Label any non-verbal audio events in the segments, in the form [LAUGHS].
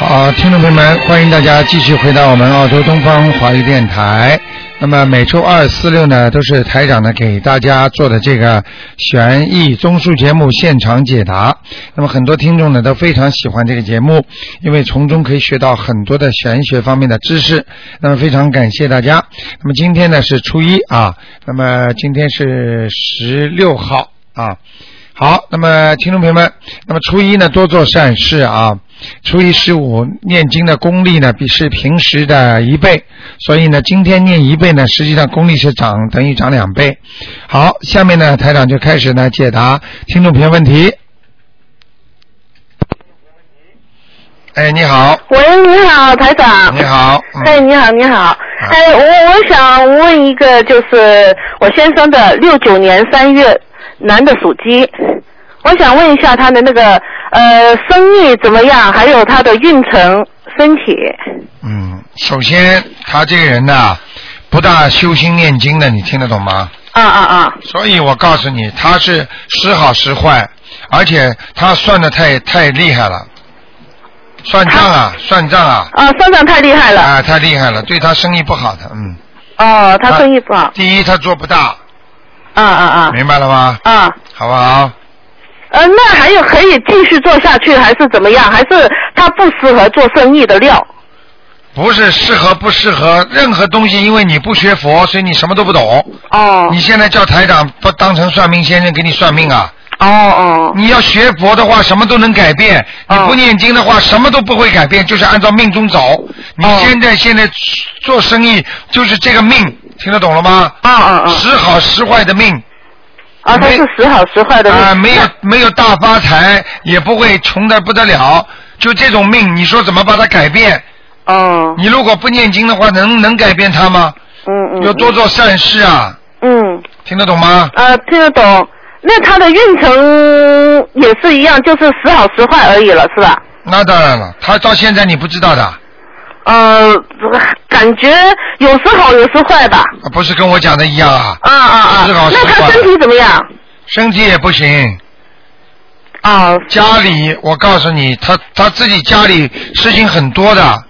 好，听众朋友们，欢迎大家继续回到我们澳洲东方华语电台。那么每周二、四、六呢，都是台长呢给大家做的这个悬疑综述节目现场解答。那么很多听众呢都非常喜欢这个节目，因为从中可以学到很多的玄学方面的知识。那么非常感谢大家。那么今天呢是初一啊，那么今天是十六号啊。好，那么听众朋友们，那么初一呢多做善事啊，初一十五念经的功力呢比是平时的一倍，所以呢今天念一倍呢，实际上功力是涨等于涨两倍。好，下面呢台长就开始呢解答听众朋友问题。哎，你好，喂，你好，台长。你好，哎，嗯，你好，你好。哎，我我想问一个，就是我先生的六九年三月男的属鸡，我想问一下他的那个呃生意怎么样，还有他的运程、身体。嗯，首先他这个人呢不大修心念经的，你听得懂吗？啊啊啊！所以我告诉你，他是时好时坏，而且他算的太太厉害了，算账啊，算账啊，啊，算账太厉害了。啊，太厉害了，对他生意不好的，嗯。哦，他生意不好。啊第一，他做不大，啊啊啊！明白了吗？啊，好不好？呃，那还有可以继续做下去，还是怎么样？还是他不适合做生意的料？不是适合不适合任何东西，因为你不学佛，所以你什么都不懂。哦你现在叫台长不当成算命先生给你算命啊？哦哦你要学佛的话，什么都能改变；你哦不念经的话，什么都不会改变，就是按照命中走。你哦现在现在做生意就是这个命，听得懂了吗？啊啊啊！时好时坏的命啊，他是时好时坏的那啊，种没 [LAUGHS] 有没有大发财，也不会穷的不得了，就这种命，你说怎么把它改变？哦，你如果不念经的话，能能改变它吗？嗯嗯，要多做善事啊，嗯听得懂吗？呃听得懂。那他的运程也是一样，就是时好时坏而已了，是吧？那当然了，他到现在你不知道的，啊呃，感觉有时好有时坏吧。啊不是跟我讲的一样啊，啊啊啊！时好时坏那他身体怎么样？身体也不行。啊家里，我告诉你，他他自己家里事情很多的，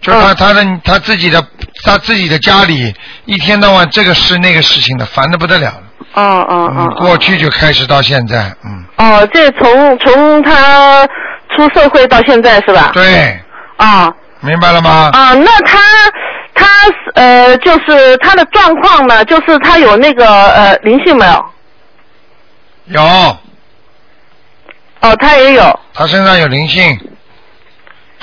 就是他、嗯他的他自己的他自己的家里，一天到晚这个事那个事情的，烦的不得了了。哦哦嗯，哦过去就开始到现在，嗯，哦，这从从他出社会到现在是吧？对，啊明白了吗？啊，那他他呃，就是他的状况呢，就是他有那个呃灵性没有？有，哦，他也有。哦他身上有灵性，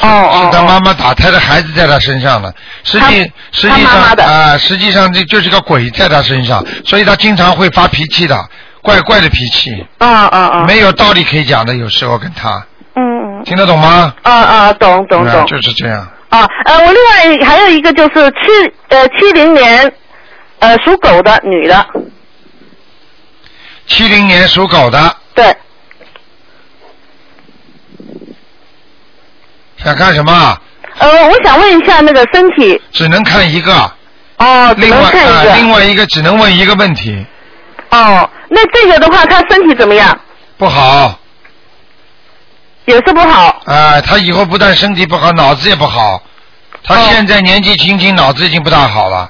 哦是他妈妈打胎的孩子在他身上了。实际实际他上妈妈啊、的实际上这就是个鬼在他身上，所以他经常会发脾气的，怪怪的脾气，哦。啊啊啊！没有道理可以讲的，有时候跟他。嗯嗯。听得懂吗？啊啊，懂懂啊懂。就是这样。啊呃，我另外还有一个就是七呃七零年呃属狗的女的，七零年属狗的，对，想看什么？呃，我想问一下那个身体只能看一个，哦，只另能外看呃一另个外一个只能问一个问题，哦。那这个的话，她身体怎么样？不好。也是不好啊，他以后不但身体不好，脑子也不好。他哦现在年纪轻轻，脑子已经不大好了，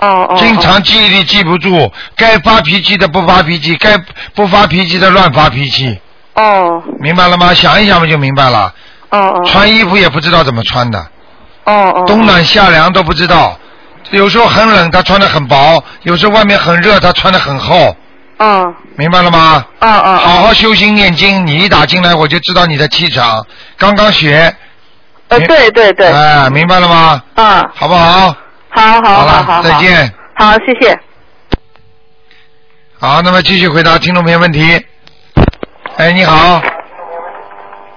哦哦。经哦常记忆力记不住，该发脾气的不发脾气，该不发脾气的乱发脾气，哦明白了吗？想一想嘛就明白了。哦哦穿衣服也不知道怎么穿的，哦哦冬暖夏凉都不知道。有时候很冷，他穿的很薄；有时候外面很热，他穿的很厚。哦明白了吗？哦哦好好修心念经，你一打进来我就知道你的气场，刚刚学。呃明对对对哎、明白了吗？啊好不好？好好了，好好再见。好谢谢好，那么继续回答听众朋友问题。哎，你好。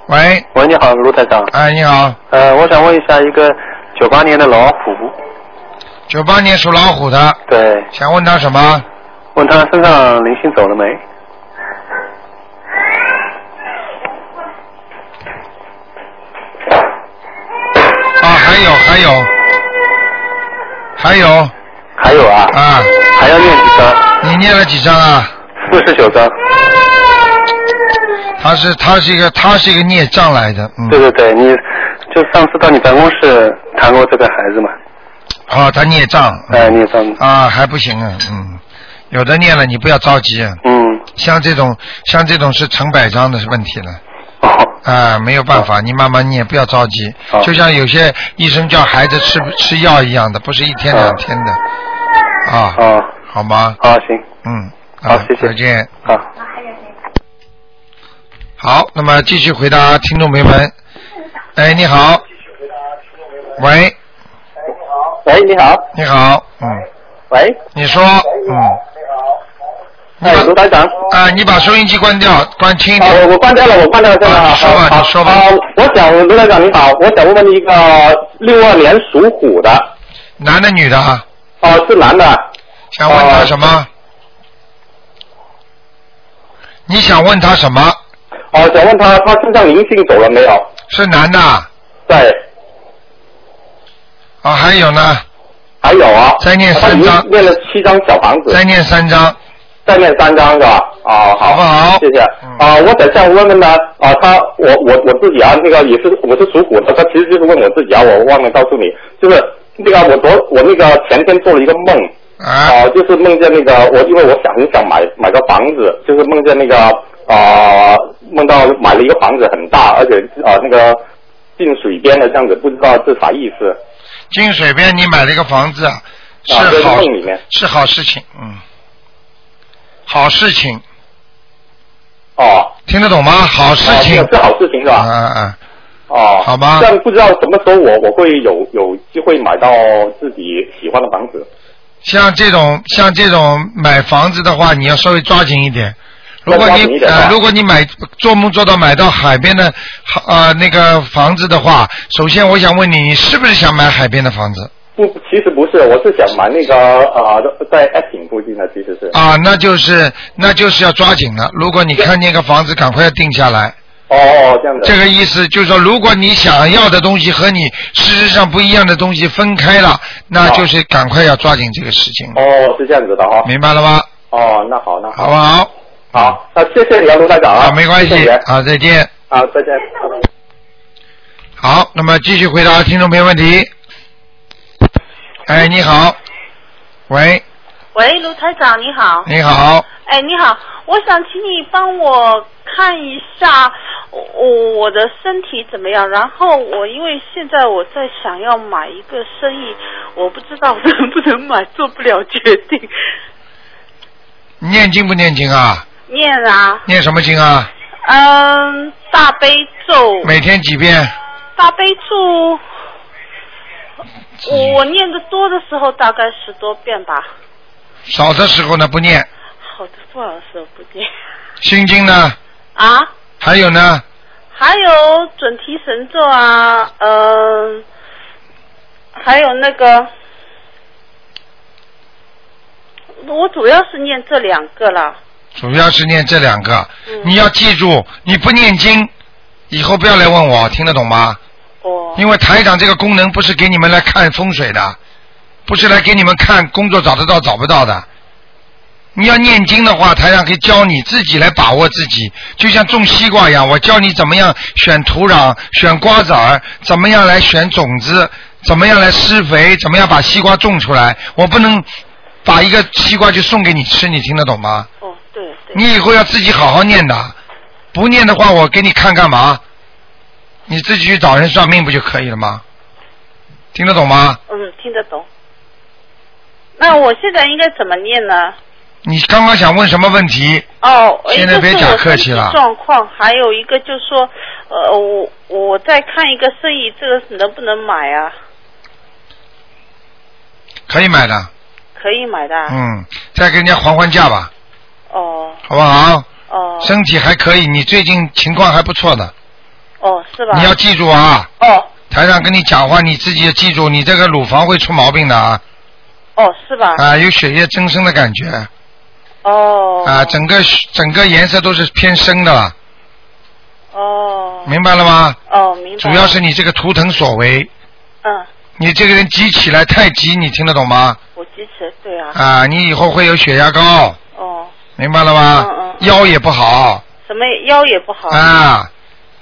喂，喂，你好，卢台长。哎，你好，呃，我想问一下，一个九八年的老虎，九八年属老虎的，对，想问他什么？问他身上灵性走了没？啊，还有，还有，还有还有啊，啊，还要念几张？你念了几张啊？四十九张。他是他是一个他是一个孽障来的，嗯，对对对，你就是上次到你办公室谈过这个孩子嘛？啊，他孽障。哎、你上啊，还不行啊，嗯，有的念了，你不要着急啊。嗯像这种像这种是成百张的问题了。哦啊，没有办法，你慢慢念，不要着急哦好。就像有些医生叫孩子吃吃药一样的，不是一哦天两天的。啊，哦好吗？啊好行嗯，好啊谢谢再见。好，好，那么继续回答听众朋友们。哎，你好。喂，喂，你好，你好，嗯，喂，你说，嗯，哎，卢台长，啊，啊，你把收音机关掉，关轻一点。我我关掉了，我关掉了，真的啊啊，你说吧好你说吧好啊，我想卢台长你好，我想问问一个六二年属虎的，男的女的啊？哦、是男的，想问他什么？你想问他什么？哦、想问他他身上灵性走了没有？是男的啊？对，啊还有呢，还有啊，再念他三已经张念了七张小房子，再念三张。再念三张是吧？哦、好不好谢谢。嗯啊、我想想问问呢，啊、他我我我自己啊，那个也是我是属虎的，他其实就是问我自己啊，我忘了告诉你，就是那个我昨我那个前天做了一个梦。啊啊、就是梦见那个我，因为我想很想买买个房子，就是梦见那个啊、梦到买了一个房子很大，而且啊、那个近水边的这样子，不知道是啥意思。金水边你买了一个房子，啊，是啊在好梦里面是好事情，嗯，好事情，哦，听得懂吗？好事啊情这个，是好事情是啊吧？啊啊！哦，好吧但不知道什么时候我我会有有机会买到自己喜欢的房子。像这种像这种买房子的话，你要稍微抓紧一点。如果要抓紧你一点呃，吧如果你买做梦做到买到海边的呃那个房子的话，首先我想问你，你是不是想买海边的房子不，其实不是，我是想买那个啊、在 S 井附近的，其实是。啊？那就是那就是要抓紧了。如果你看见个房子，赶快要定下来。哦哦，这样子。这个意思就是说，如果你想要的东西和你事实上不一样的东西分开了，那就是赶快要抓紧这个事情，哦，是这样子的哈、明白了吗？哦。哦，那好，那好。好不好？好，那谢谢你啊，卢台长啊，啊，没关谢谢系你，啊，再见。好，再见。好，那么继续回答听众朋友问题。哎，你好，喂，喂，卢台长你好。你好，哎，你好，我想请你帮我看一下我我我的身体怎么样。然后我因为现在我在想要买一个生意，我不知道 [LAUGHS] 能不能买，做不了决定。念经不念经啊？念啊，念什么经啊？嗯，大悲咒，每天几遍？大悲咒。我我念的多的时候大概十多遍吧，少的时候呢不念，好的不好的时候不念心经呢？啊。还有呢？还有准提神咒啊，嗯、还有那个，我主要是念这两个啦。主要是念这两个。嗯你要记住，你不念经，以后不要来问我，听得懂吗？哦，因为台长这个功能不是给你们来看风水的，不是来给你们看工作找得到找不到的。你要念经的话，台长可以教你自己来把握自己，就像种西瓜一样，我教你怎么样选土壤、选瓜子儿，怎么样来选种子，怎么样来施肥，怎么样把西瓜种出来。我不能把一个西瓜就送给你吃，你听得懂吗？哦，对对，你以后要自己好好念的，不念的话，我给你看干嘛？你自己去找人算命不就可以了吗？听得懂吗？嗯，听得懂。那我现在应该怎么念呢？你刚刚想问什么问题？哦，现在一个别是讲我客身气体了状况，还有一个就是说，呃，我我在看一个生意，这个能不能买啊？可以买的，可以买的啊。嗯，再给人家还还价吧，哦好不好？哦身体还可以，你最近情况还不错的，哦，是吧？你要记住啊！哦台上跟你讲话，你自己也记住，你这个乳房会出毛病的啊！哦，是吧？啊，有血液增生的感觉哦。啊，整个整个颜色都是偏深的了，哦。明白了吗？哦，明白主了。要是你这个图腾所为，嗯，你这个人急起来太急，你听得懂吗？我支持，对啊。啊，你以后会有血压高，哦，明白了吗？嗯嗯嗯哦腰也不好啊什么腰也不好。啊，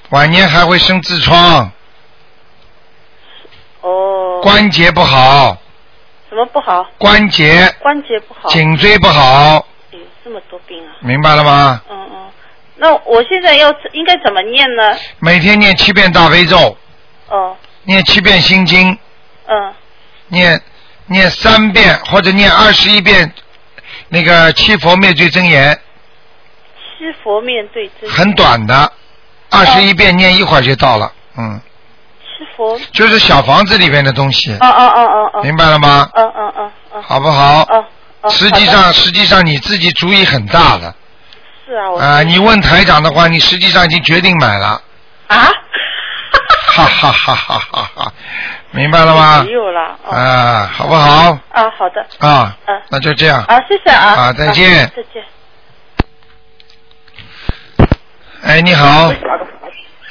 晚年还会生痔疮，哦，关节不好，什么不好？关节、关节不好。颈椎不好，有这么多病啊！明白了吗？嗯嗯，那我现在要应该怎么念呢？每天念七遍大悲咒，哦，念七遍心经，嗯，念念三遍或者念二十一遍那个七佛灭罪真言，七佛面对真，很短的，二十一遍念一会儿就到了。嗯，七佛，哦就是小房子里面的东西，哦哦哦哦，明白了吗？嗯嗯嗯嗯，好不好？哦哦，实际好上，的实际上你自己主意很大的是啊，我啊、你问台长的话，你实际上已经决定买了，啊，哈哈哈哈哈哈，明白了吗没？有了，啊、哦好不好？啊，好的，啊，嗯那就这样。啊，谢谢啊，啊再见再见。哎，你好。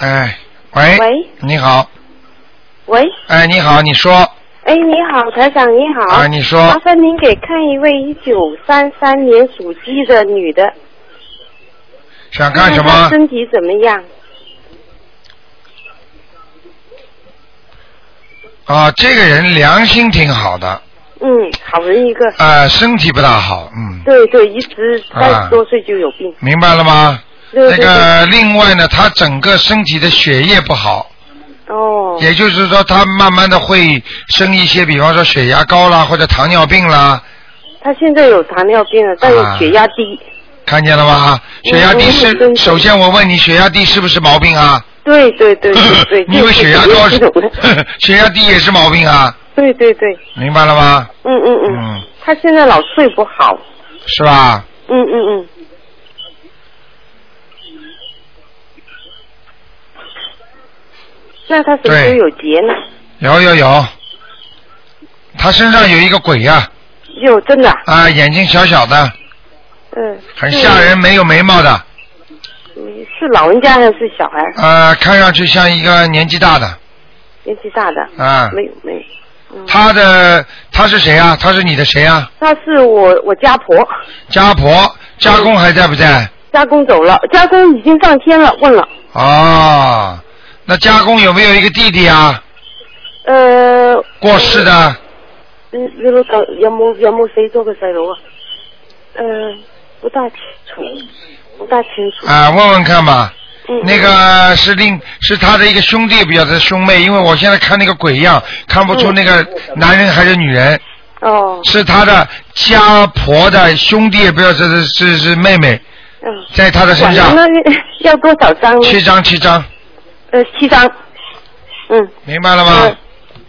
哎，喂。喂。你好。喂，哎，你好，你说哎，你好，台长，你好。啊，你麻说烦您给看一位一九三三年属鸡的女的，想干什看看她么？嗯身体怎么样？啊，这个人良心挺好的，嗯，好人一个。 [LAUGHS] 啊，身体不大好，嗯，对对，一直三啊十多岁就有病。明白了吗？对那对对。个，另外呢，他整个身体的血液不好，哦，也就是说，他慢慢的会生一些，比方说血压高啦，或者糖尿病啦，她现在有糖尿病了，但啊有血压低。看见了吗？血压低嗯我是，很首先我问你，血压低是不是毛病啊？对对对对 [LAUGHS] 对。你以为血压高是这种的 [LAUGHS] 血压低也是毛病啊？对对对，明白了吗？嗯嗯嗯，嗯，她现在老睡不好。是吧？嗯嗯嗯，那他什么时候对有结呢？有有有，他身上有一个鬼呀、有真的啊、啊，眼睛小小的，嗯，很吓人，没有眉毛的，是。是老人家还是小孩？啊，看上去像一个年纪大的年纪大的？啊。没有没有。嗯、他的他是谁啊？他是你的谁啊？他是我我家婆，家婆家公还在不在？家公走了，家公已经上天了，问了。哦，那家公有没有一个弟弟啊？呃，过世的嗯，一路走有冇有冇死咗嘅细佬啊？呃，不大清楚，不大清楚。啊，问问看吧。嗯，那个是另是他的一个兄弟，比较是兄妹，因为我现在看那个鬼样，看不出那个男人还是女人，嗯哦，是他的家婆的兄弟，不要是是是是妹妹，嗯。在他的身管上了那要多少张呢？七张七张，呃，七张。嗯明白了吗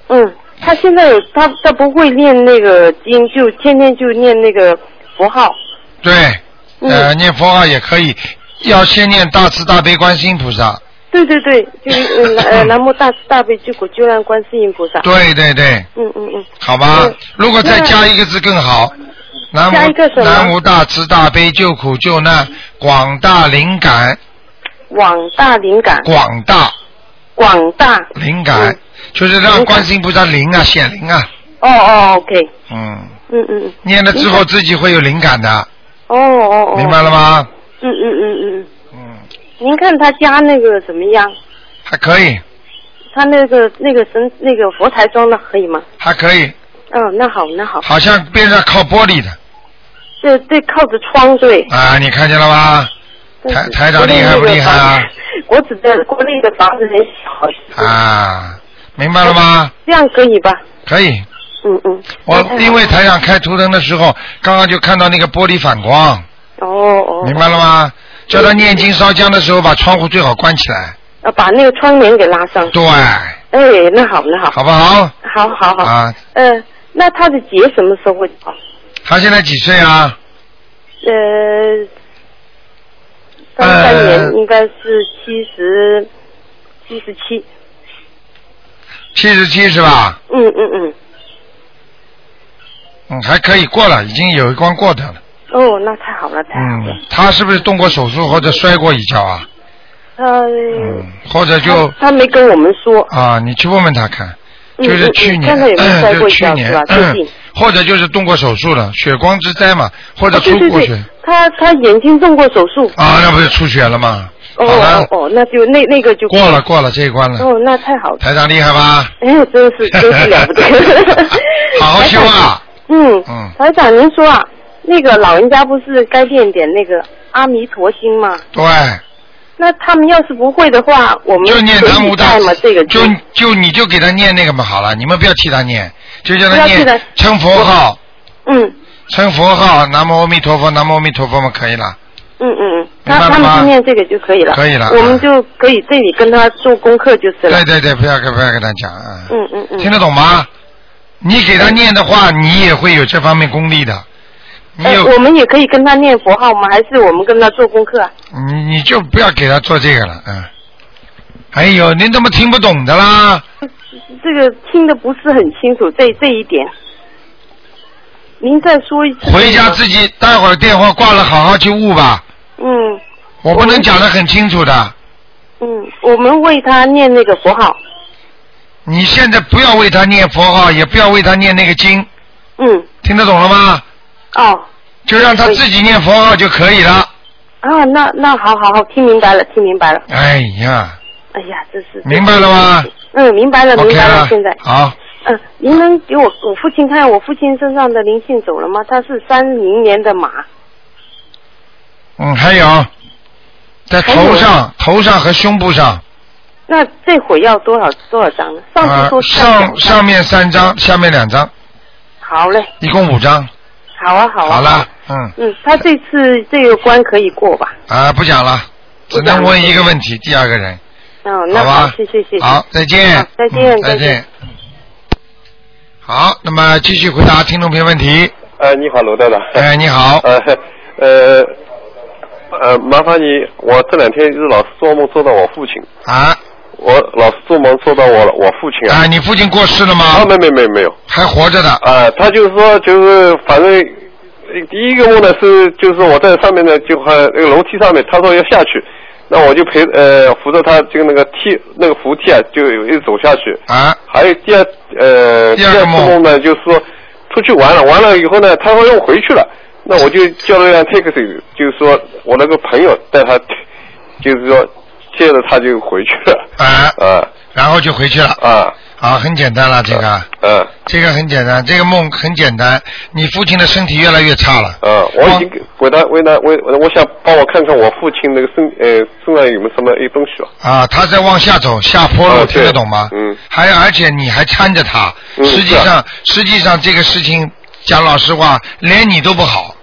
嗯？嗯，他现在有他他不会念那个经，就天天就念那个佛号。对，嗯，呃，念佛号也可以，要先念大慈大悲观世音菩萨，对对对，就 [LAUGHS] 是呃南呃南无大慈大悲救苦救难观世音菩萨。对对对，嗯嗯嗯，好吧嗯？如果再加一个字更好。南加一个无什么南无大慈大悲救苦救难广大灵感广大灵感，广大广大。灵感，嗯就是让观世音菩萨灵啊显灵啊，哦哦，OK，嗯，嗯嗯嗯，念了之后自己会有灵感的，哦哦哦，明白了吗？嗯嗯嗯嗯嗯，嗯，您看他家那个怎么样？还可以，他那个那个神那个佛台装的可以吗？还可以，嗯，那好那好，好像边上靠玻璃的对对，靠着窗对。啊，你看见了吗？台台长厉害不厉害啊？国内的国内的房子很小，啊，明白了吗？这样可以吧？可以，嗯嗯。我那太好因为台长开图腾的时候，刚刚就看到那个玻璃反光，哦哦，明白了吗？叫他念经烧香的时候，把窗户最好关起来，啊，把那个窗帘给拉上。对，哎，那好，那好，好不好？好好好。啊，呃，那他的结什么时候会好？他现在几岁啊？呃，三三呃年应该是七十，七十七。七十七是吧？嗯嗯嗯。嗯，还可以过了，已经有一关过的了。哦，那太好了，太好了。嗯，他是不是动过手术或者摔过一跤啊？呃嗯，或者他就他没跟我们说。啊，你去问问他看，嗯就是嗯去嗯年，看看有没有摔就过是一去跤年嗯是吧？，最近。或者就是动过手术了，血光之灾嘛，或者哦出对对过对，血啊他他眼睛动过手术，啊，那不是出血了吗？哦好了哦哦，那就那那个就过了。过了这一关了，哦，那太好 [LAUGHS] 了，台长厉害吧？。哎呦，真是真是了不得 [LAUGHS] 好好修啊！嗯嗯台长，您说啊，那个老人家不是该念点那个阿弥陀经吗？对，那他们要是不会的话，我们就念可以南无大带吗？这个就经就你就给他念那个嘛好了，你们不要替他念，就叫他不要替念他称佛号，嗯称佛号，南无阿弥陀佛，南无阿弥陀佛嘛可以了。嗯嗯嗯，明白了他他吗们就念这个就可以了。可以了我嗯们就可以这里跟他做功课就是了对。对对，不要跟不要跟他讲啊。嗯嗯嗯。听得懂吗？你给他念的话，你也会有这方面功力的。你哎，有、我们也可以跟他念佛号吗？还是我们跟他做功课啊？你你就不要给他做这个了，嗯。哎呦，您怎么听不懂的啦？这个听的不是很清楚，这这一点。您再说一次。回家自己待会儿电话挂了，好好去悟吧。嗯我不能讲得很清楚的。嗯，我们为他念那个佛号。你现在不要为他念佛号，也不要为他念那个经，嗯听得懂了吗？哦就让他自己念佛号就可以了。啊，那那好好好，听明白了，听明白了。哎呀，哎呀，真是。明白了吗嗯，明白了， ？OK 啊明白了。了现在，，好，嗯，您能给我我父亲看我父亲身上的灵性走了吗？他是三零年的马。嗯，还有，在还有头上、头上和胸部上，那这会要多少多少张呢？上次啊、说三百上上面三张，下面两张，好嘞，一共五张，好啊，好啊。好了，嗯，嗯，他这次这个关可以过吧？啊，不讲了，只不讲能了问一个问题，第二个人，哦，那好吧？谢谢谢谢。好，再见好，再见嗯再再见见。好，那么继续回答听众朋友问题。呃，你好，罗队长。哎，你好，呃呃呃，麻烦你，我这两天一直老是做梦做到我父亲，啊哎我老是做梦做到我我父亲啊。啊，你父亲过世了吗啊，？没没没没有。还活着的。啊，他就是说，就是反正呃第一个梦呢是，就是我在上面呢，就和那个楼梯上面，他说要下去，那我就陪呃扶着他，就那个梯那个扶梯啊，就一直走下去。啊，还有第二呃第第二个二次梦梦呢，就是说出去玩了，玩了以后呢，他说要回去了，那我就叫了辆 taxi，就是说我那个朋友带他，就是说接着他就回去了。啊啊然后就回去了。啊啊，很简单了，这个，嗯这个很简单，这个梦很简单。你父亲的身体越来越差了。啊，我已经给给他为他为我想帮我看看我父亲那个身呃身上有没有什么一东西吧。啊，他在往下走，下坡路，啊对听得懂吗？嗯还而且你还搀着他，嗯实际是啊上实际上这个事情讲老实话，连你都不好，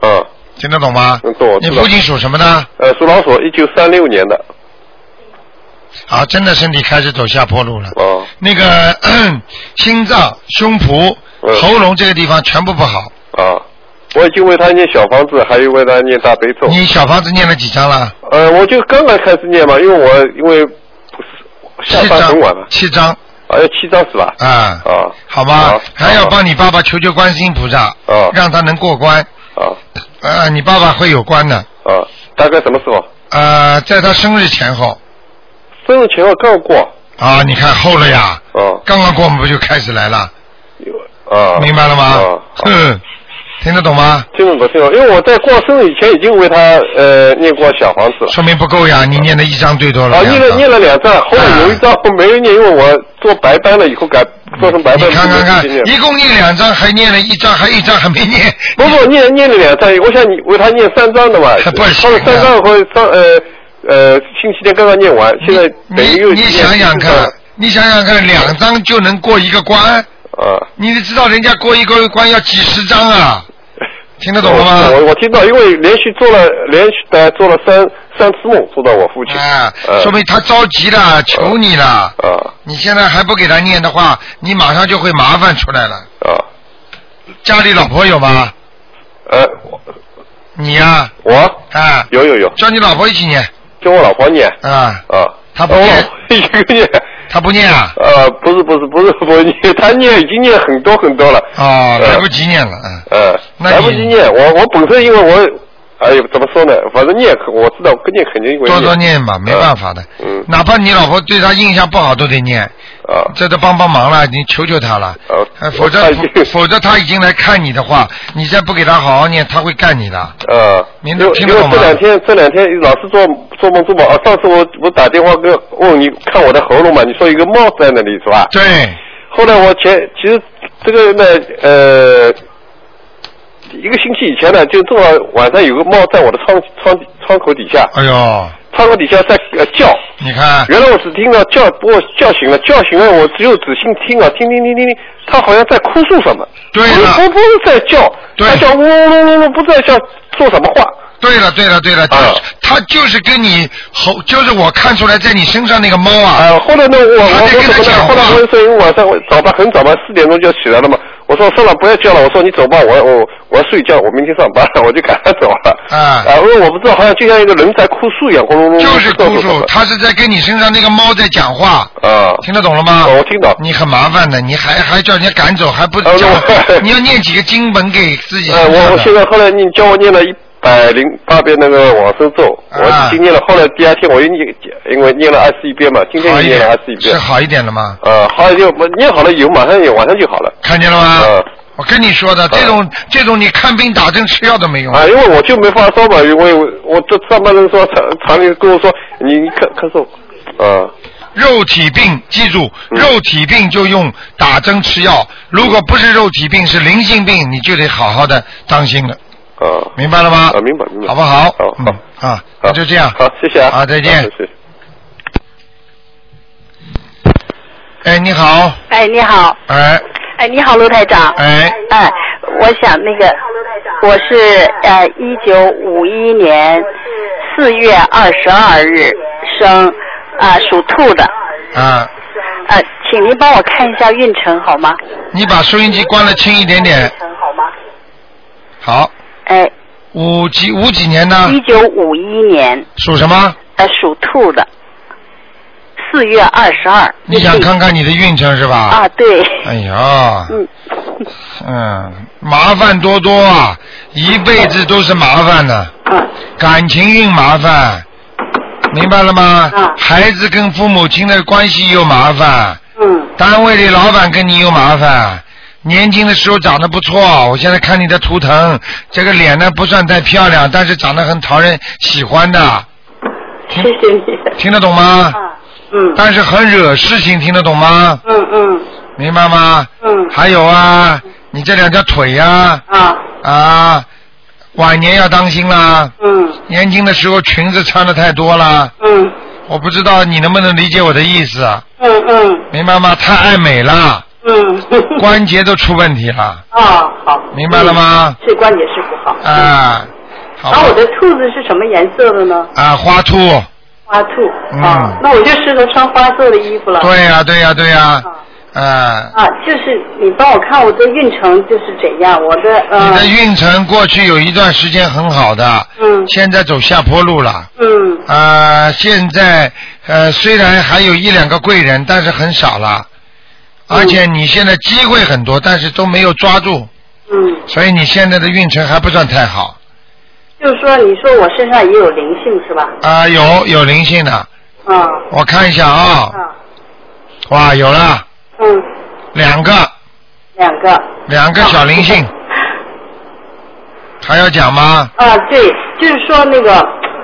啊，听得懂吗？嗯懂我你知道父亲属什么呢？呃，属老鼠，一九三六年的。啊，真的身体开始走下坡路了。哦那个 [CLEARS THROAT] 咳心脏、胸脯、嗯喉咙这个地方全部不好。啊，我已经为他念小房子，还有为他念大悲咒。你小房子念了几张了？呃，我就刚刚开始念嘛，因为我因为不是下七班很张晚嘛，，七张啊，要七张是吧？啊，啊好吧好，还要好帮你爸爸求求观世音菩萨啊，让他能过关。啊啊，你爸爸会有关的。啊，大概什么时候？呃，在他生日前后生日前后刚过，啊，你看后了呀，哦、刚刚过我们不就开始来了，啊，明白了吗啊？好嗯，听得懂吗？听懂不听懂？因为我在过生日以前已经为他呃念过小房子了，说明不够呀，你念的一张最多了。啊，念两了张念了两张，后来有一张我没有念，因为我做白班了以后改做成白班，嗯你看看看不能，一共念两张，还念了一张，还一张还没念。，不不，念念了两张，我想你为他念三张的嘛不行啊他的三张和上呃呃星期天刚刚念完，现在你等于又你你想想看，你想想看，两张就能过一个关，啊，你得知道人家过一个关要几十张啊，听得我懂了吗？哦我我听到，因为连续做了连续的做了三三次梦，做到我父亲，啊，呃说明他着急了，求你了。啊你现在还不给他念的话，你马上就会麻烦出来了。啊家里老婆有吗？呃我你呀、我啊，有有有，叫你老婆一起念跟我老婆念啊，啊，她不我念老婆 [LAUGHS] 一个念。她不念啊，呃，不是不是不是 [LAUGHS] 我念，他念已经念很多很多了。哦，呃来不及念了，嗯，呃，那来你不及念，我我本身因为我哎呦，怎么说呢？反正念，我知道跟念肯定会多多念吧，没办法的。嗯哪怕你老婆对他印象不好，都得念。啊这都帮帮忙了，你求求他了。哦呃否则我看否否则他已经来看你的话，你再不给他好好念，他会干你的。啊，您因都为听因不为懂吗这两天这两天老是做做梦做梦啊！上次我我打电话跟问你看我的喉咙嘛，你说一个帽子在那里是吧？对，后来我前其实这个呢，呃，一个星期以前呢，就正好晚上有个猫在我的窗窗窗口底下，哎呦，窗口底下在、呃、叫。你看，原来我只听到叫，把我叫醒了，叫醒了，我只有仔细听啊，听听听听听，它好像在哭诉什么，对不了是不是在叫，对它叫嗡嗡嗡嗡，不知道叫说什么话。对了，对了，对了，就啊他就是跟你吼，就是我看出来在你身上那个猫啊，啊，后来呢，我我他我在跟他怎么讲呢？话后来我说，因为晚上我早吧，很早吧，四点钟就起来了嘛。我说算了，不要叫了。我说你走吧，我我我要睡觉，我明天上班， [LAUGHS] 我就赶他走了。啊因为我不知道，好像就像一个人在哭诉一样，轰隆隆。就是不哭知道诉，怎么他是在跟你身上那个猫在讲话。啊，听得懂了吗？哦我听懂你很麻烦的，你还还叫人家赶走，还不呃叫我， [LAUGHS] 你要念几个经文给自己身呃，上的。我我现在后来你教我念了一百零八遍那个往生咒，我啊已经念了。后来第二天我又念，因为念了二十一遍嘛，今天好又一念了点二十一，遍是。好一点了吗？呃，好像就我念好了以后，马上也晚上就好了。看见了吗？呃我跟你说的，这种这种你看病打针吃药都没用。啊，因为我就没发烧嘛，因为我我这上班人说厂厂里跟我说你你咳咳嗽，啊肉体病，记住，嗯肉体病就用打针吃药。如果不是肉体病，是灵性病，你就得好好的当心了，啊明白了吗？啊，明白明白，好不好？好好嗯啊，好那就这样。好，谢谢啊，好， [LAUGHS] 再见谢。谢。哎，你好，哎，你好，哎哎，你好，卢台长。哎，哎，我想那个，我是呃一九五一年四月二十二日生，啊、属兔的，啊，呃，请您帮我看一下运程好吗？你把收音机关了轻一点点。好，哎，五几五几年呢一？九五一年属什么？呃属兔的，四月二十二。你想看看你的运程是吧？啊？对，哎呀，嗯，嗯，麻烦多多啊，一辈子都是麻烦的，嗯感情运麻烦，明白了吗？嗯孩子跟父母亲的关系又麻烦，嗯单位里老板跟你又麻烦。年轻的时候长得不错，我现在看你的图腾，这个脸呢不算太漂亮，但是长得很讨人喜欢的，嗯谢谢你。听得懂吗？啊，嗯但是很惹事情，听得懂吗？嗯嗯明白吗？嗯还有啊，你这两条腿呀、啊啊，晚年要当心啦。嗯年轻的时候裙子穿的太多啦，嗯我不知道你能不能理解我的意思啊，嗯嗯明白吗？太爱美啦，嗯。关节都出问题了啊，好。明白了吗嗯是关节是不好。嗯啊，好然吧后我的兔子是什么颜色的呢？啊，花兔，花兔。嗯啊，那我就适合穿花色的衣服了。。对呀、对呀、对呀、啊，啊啊，就是你帮我看我的运程就是怎样，我的呃。你的运程过去有一段时间很好的，嗯现在走下坡路了。嗯啊、现在呃虽然还有一两个贵人，但是很少了，而且你现在机会很多，但是都没有抓住，嗯，所以你现在的运程还不算太好就是说你说我身上也有灵性是吧？啊、有有灵性的，啊我看一下啊、啊哇，有了嗯，两个两个。两个小灵 [LAUGHS] 性，还要讲吗？啊，对，就是说那个，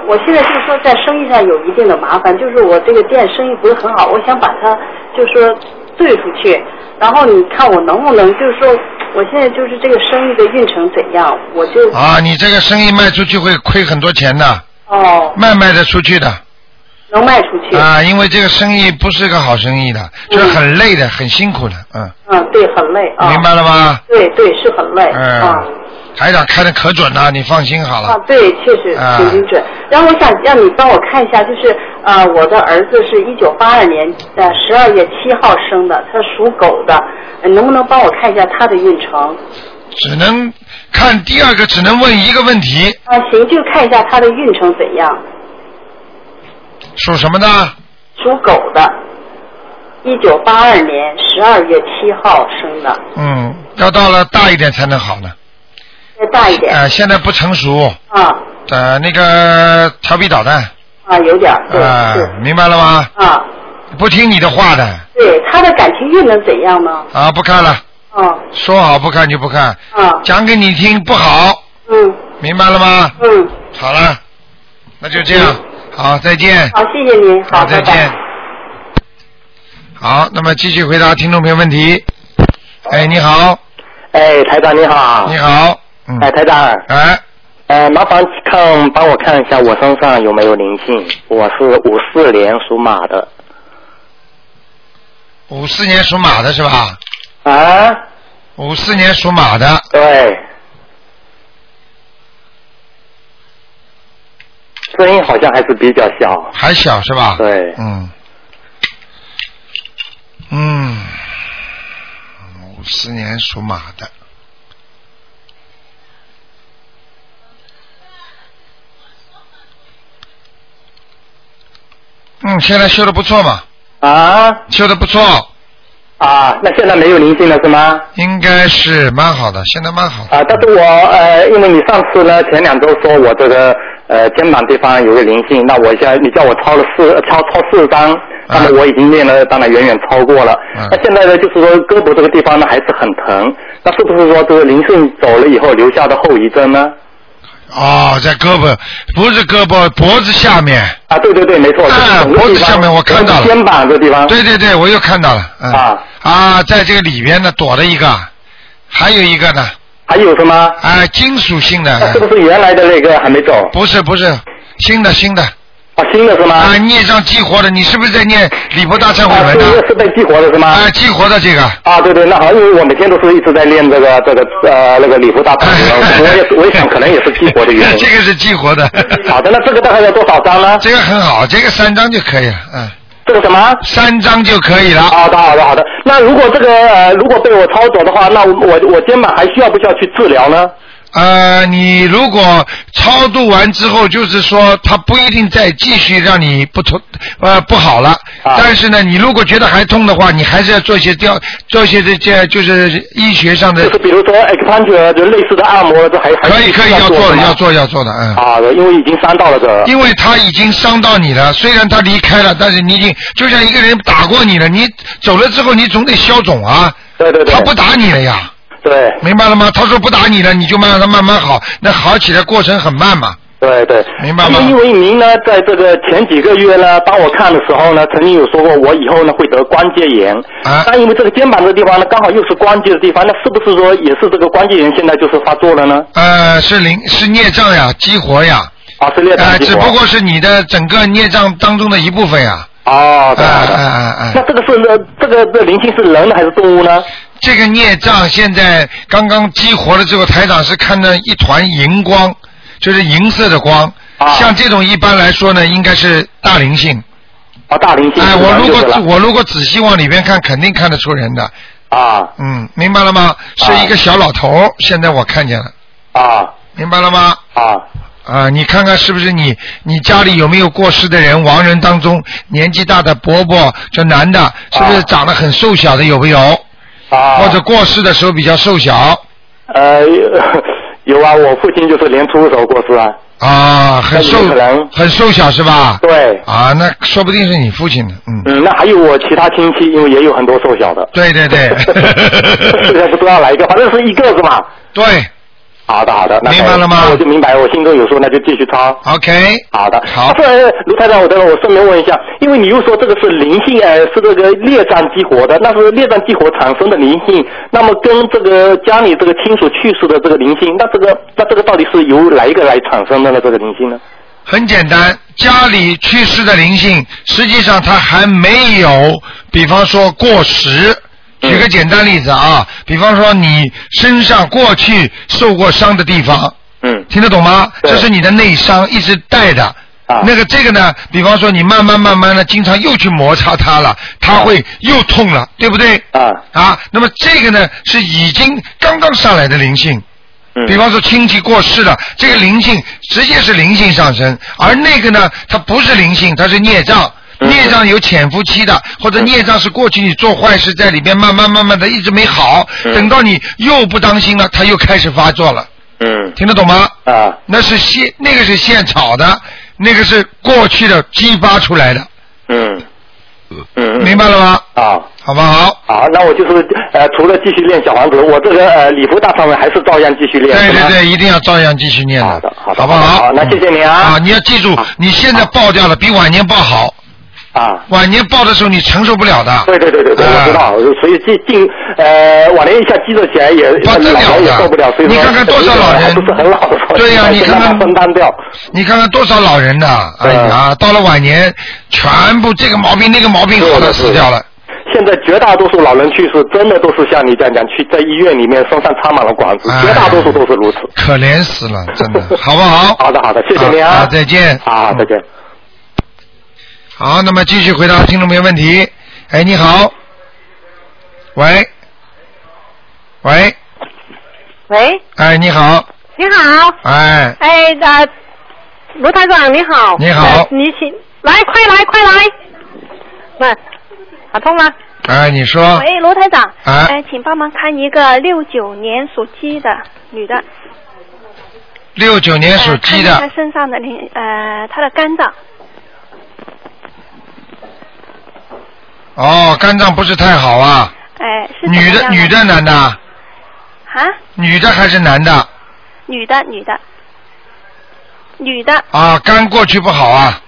我现在就是说在生意上有一定的麻烦，就是我这个店生意不是很好，我想把它就是说兑出去，然后你看我能不能就是说，我现在就是这个生意的运程怎样，我就、啊，你这个生意卖出去会亏很多钱的，哦卖卖得出去的能卖出去，啊，因为这个生意不是个好生意的，就是很累的，很辛苦的，嗯。嗯，对，很累啊，明，白了吗？对对，是很累、啊。嗯，台长看的可准了，你放心好啊了。，对，确实啊挺精准。然后我想让你帮我看一下，就是呃，我的儿子是一九八二年呃十二月七号生的，他属狗的，呃能不能帮我看一下他的运程？只能看第二个，只能问一个问题，啊，行，就看一下他的运程怎样。属什么的？属狗的，一九八二年十二月七号生的，嗯，要到了大一点才能好呢。再大一点。呃，现在不成熟，啊呃，那个调皮捣蛋，啊，有点儿，对，啊、是明白了吗？啊，不听你的话的对，他的感情运能怎样呢？啊，不看了，啊说好不看就不看，啊，讲给你听不好，嗯明白了吗？嗯，好了，那就这嗯样，好，再见，好，谢谢您，好，再拜拜见。。好，那么继续回答听众朋友问题。哎，你好，哎，台长你好。你好，嗯，哎，台长，哎，呃，麻烦看帮我看一下我身上有没有灵性。我是五四年属马的。五四年属马的是吧？啊？五四年属马的，对。声音好像还是比较小。还小是吧？对嗯，嗯，五四年属马的。嗯，现在修的不错嘛，啊修的不错，啊，那现在没有灵性了是吗？应该是蛮好的，现在蛮好的。啊，但是我呃，因为你上次呢，前两周说我这个呃肩膀地方有个灵性，那我现在你叫我抄了四抄抄四张，那啊么我已经练了，当然远远超过了。嗯那现在呢，就是说胳膊这个地方呢还是很疼，那是不是说这个灵性走了以后留下的后遗症呢？哦，在胳膊，不是胳膊，脖子下面。啊，对对对，没错，就是啊整个地脖子方下面我看到了就是肩膀这地方。对对对，我又看到了。嗯、啊啊，在这个里边呢躲了一个，还有一个呢，还有什么？啊，金属性的，那是哎不是原来的那个还没走？不是不是，新的新的啊，新的是吗？啊，孽障激活的，你是不是在念礼佛大忏悔啊，文是呢？是被激活的是吗？啊，激活的这个，啊，对对，那好，因为我每天都是一直在练这个这个呃那个礼佛大哎忏悔文，我也我也想可能也是激活的原 [LAUGHS] 这因。个是激活的，好的，那这个大概要多少张呢？这个很好，这个三张就可以了，嗯，这个什么？三张就可以了。好的，好的，好的。那如果这个呃如果被我操作的话，那我我肩膀还需要不需要去治疗呢？呃，你如果超度完之后，就是说他不一定再继续让你不痛，呃，不好了。啊但是呢，你如果觉得还痛的话，你还是要做一些调，做一些这些就是医学上的就，是比如说 expansion 就类似的按摩，这还还可以可以要做做的，吗要。做要做的，嗯。好的，因为已经伤到了这个。因为他已经伤到你了，虽然他离开了，但是你已经就像一个人打过你了，你走了之后你总得消肿啊，对对对。他不打你了呀，对明白了吗？他说不打你了，你就慢慢慢慢好，那好起来过程很慢嘛。对对，明白吗那么因为您呢，在这个前几个月呢，帮我看的时候呢，曾经有说过我以后呢会得关节炎。啊但因为这个肩膀的地方呢，刚好又是关节的地方，那是不是说也是这个关节炎现在就是发作了呢？呃，是灵是孽障呀，激活呀，啊，是裂呃，胆激只活。不过是你的整个孽障当中的一部分呀。哎哦，对。哎对哎那哎，这个是呃这个这灵性是人还是动物呢？这个孽障现在刚刚激活了之后，台长是看到一团银光，就是银色的光。啊像这种一般来说呢，应该是大灵性。啊，大灵性。哎，是我人如就是果了我如果仔细往里边看，肯定看得出人的。啊嗯，明白了吗？是一个小老头儿，现在我看见了，啊明白了吗？啊啊，你看看是不是你？你家里有没有过世的人？亡人当中年纪大的伯伯，就男的，是不是长得很瘦小的有没有？啊。或者过世的时候比较瘦小呃， [LAUGHS] 有啊，我父亲就是年初的时候过世啊。啊，很瘦那有可能，很瘦小是吧？对。啊，那说不定是你父亲的，嗯，嗯，那还有我其他亲戚，因为也有很多瘦小 [LAUGHS] 的。对对 [LAUGHS] 对现在不知道哪一个，反正是一个是吧？对好的，好的，那明白了吗那我就明白，我心中有数，那就继续抄。 ，OK，好的，好但是卢台长，我等会儿我顺便问一下，因为你又说这个是灵性，呃，是这个裂战激活的，那是裂战激活产生的灵性，那么跟这个家里这个亲属去世的这个灵性，那这个那这个到底是由哪一个来产生的呢？这个灵性呢？很简单，家里去世的灵性，实际上他还没有，比方说过时。举个简单例子啊，比方说你身上过去受过伤的地方，嗯听得懂吗？对这是你的内伤，一直带的。啊那个这个呢，比方说你慢慢慢慢的，经常又去摩擦它了，它会又痛了，对不对？啊啊，那么这个呢是已经刚刚上来的灵性，嗯，比方说亲戚过世了，这个灵性直接是灵性上升，而那个呢，它不是灵性，它是孽障。嗯孽障有潜伏期的，或者孽障是过去你做坏事在里边慢慢慢慢的一直没好，嗯等到你又不当心了，它又开始发作了。嗯听得懂吗？啊那是现那个是现炒的，那个是过去的激发出来的，嗯嗯明白了吗？啊。好不好？好，那我就是呃，除了继续练小房子，我这个呃礼服大方面还是照样继续练。对是对吗对，一定要照样继续念好的，好的，好不好？那谢谢你啊，啊。你要记住，你现在爆掉了，比晚年爆好。啊，晚年爆的时候你承受不了的，对对对对对，啊我知道，所以进进呃，晚年一下激动起来也不得了老人也的受不了，所以你说看看多少老人还不是很老的时候，对呀你看看让它分担掉，嗯你看看多少老人呐，哎对呀，到了晚年，全部这个毛病那个毛病好的是的死掉了。现在绝大多数老人去世，真的都是像你这样讲，去在医院里面身上插满了管子，哎绝大多数都是如此。可怜死了，真 [LAUGHS] 的，好不好？好的，好的，谢谢你啊啊！啊再见啊，再见。好，那么继续回答听众朋友问题。哎，你好，喂，喂，喂，哎，你好，你好，哎，哎，呃，卢台长你好。你好呃你请来，快来，快来。那打通了。哎，你说，喂，罗台长，哎呃请帮忙看一个六九年属鸡的女的，六九年属呃看鸡看的她身上的灵呃她的肝脏，哦，肝脏不是太好啊，哎、是怎么女的，样女的，男的，啊，女的还是男的女的女的女的啊？肝过去不好啊，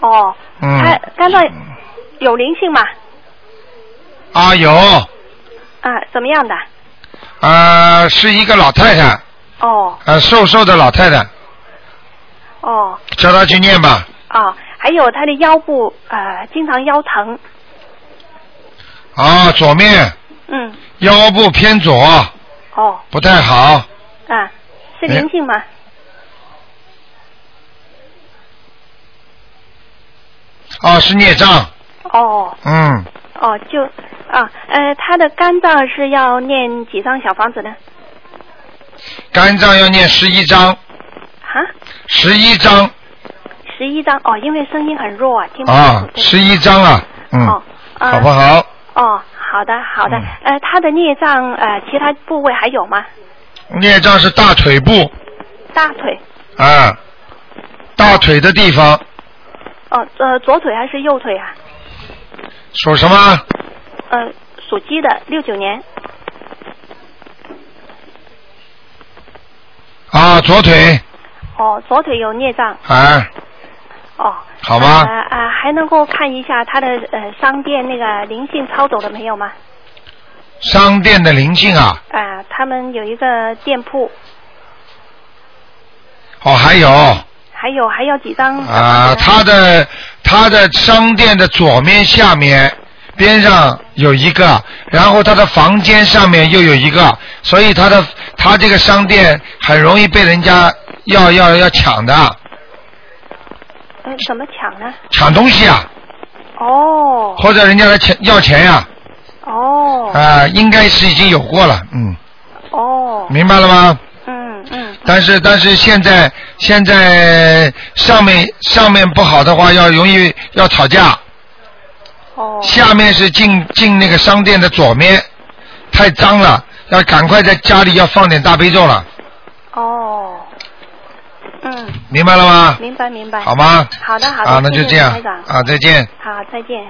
哦，她、嗯，肝脏有灵性嘛？啊有，啊，怎么样的？啊是一个老太太，哦啊瘦瘦的老太太，哦叫她去念吧，哦，还有她的腰部呃经常腰疼，啊左面嗯腰部偏左哦不太好，啊是没灵性吗？啊是孽障，哦。嗯。哦，就啊，呃，他的肝脏是要念几张小房子呢？肝脏要念十一章，啊，十一章十一张哦，因为声音很弱啊，听不啊清，楚。十一章啊，嗯，对哦，啊、好不好？哦，好的，好的。嗯呃，他的孽障呃，其他部位还有吗？孽障是大腿部大腿，啊，大腿的地方哦，呃，左腿还是右腿啊？属什么？呃，属鸡的，六九年。啊，左腿哦，左腿有孽障。啊，哦。好吗呃呃，还能够看一下他的呃商店那个灵性抄走了没有吗？商店的灵性啊，啊、他们有一个店铺，哦，还有还有还要几张小啊，房子呢他的他的商店的左面下面边上有一个，然后他的房间上面又有一个，所以他的他这个商店很容易被人家要要要抢的。嗯怎么抢呢？抢东西啊，哦或者人家来钱要钱呀、啊，哦应该是已经有过了，嗯，哦，明白了吗？嗯嗯但是但是现在现在上面上面不好的话，要容易要吵架，哦下面是进进那个商店的左面，太脏了，要赶快在家里要放点大悲咒了，哦，嗯，明白了吗？明白明白。好吗？好的好的，啊，那就谢谢这样台长啊，再见。好，再见。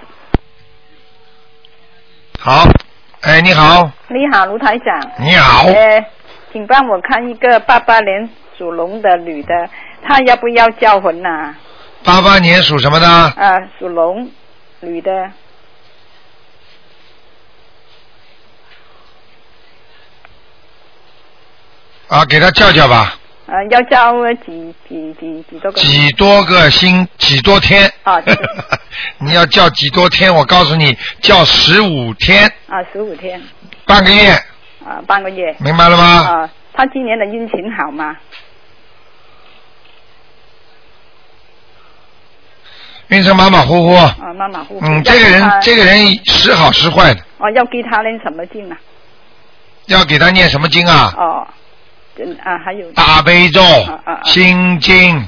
好，哎，你好，你好，卢台长。你好，哎呃，请帮我看一个八八年属龙的女的，她要不要叫魂呐、八八年属什么的？啊？属龙女的，啊，给他叫叫吧。呃，要叫几几几几多个？几多个星，几多天？ [LAUGHS] 啊对你要叫几多天？我告诉你，叫十五天，啊，十五天半个月，啊，半个月明白了吗？啊。她今年的运情好吗？运程马马虎虎。啊，马马虎虎。哦嗯，这个人要给她，这个人时好时坏的，哦，要给她念什么经啊？要给他念什么经啊？哦，嗯啊，还有大悲咒啊啊、啊心经、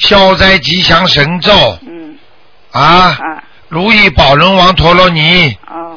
消灾吉祥神咒嗯啊，啊如意宝轮王陀罗尼哦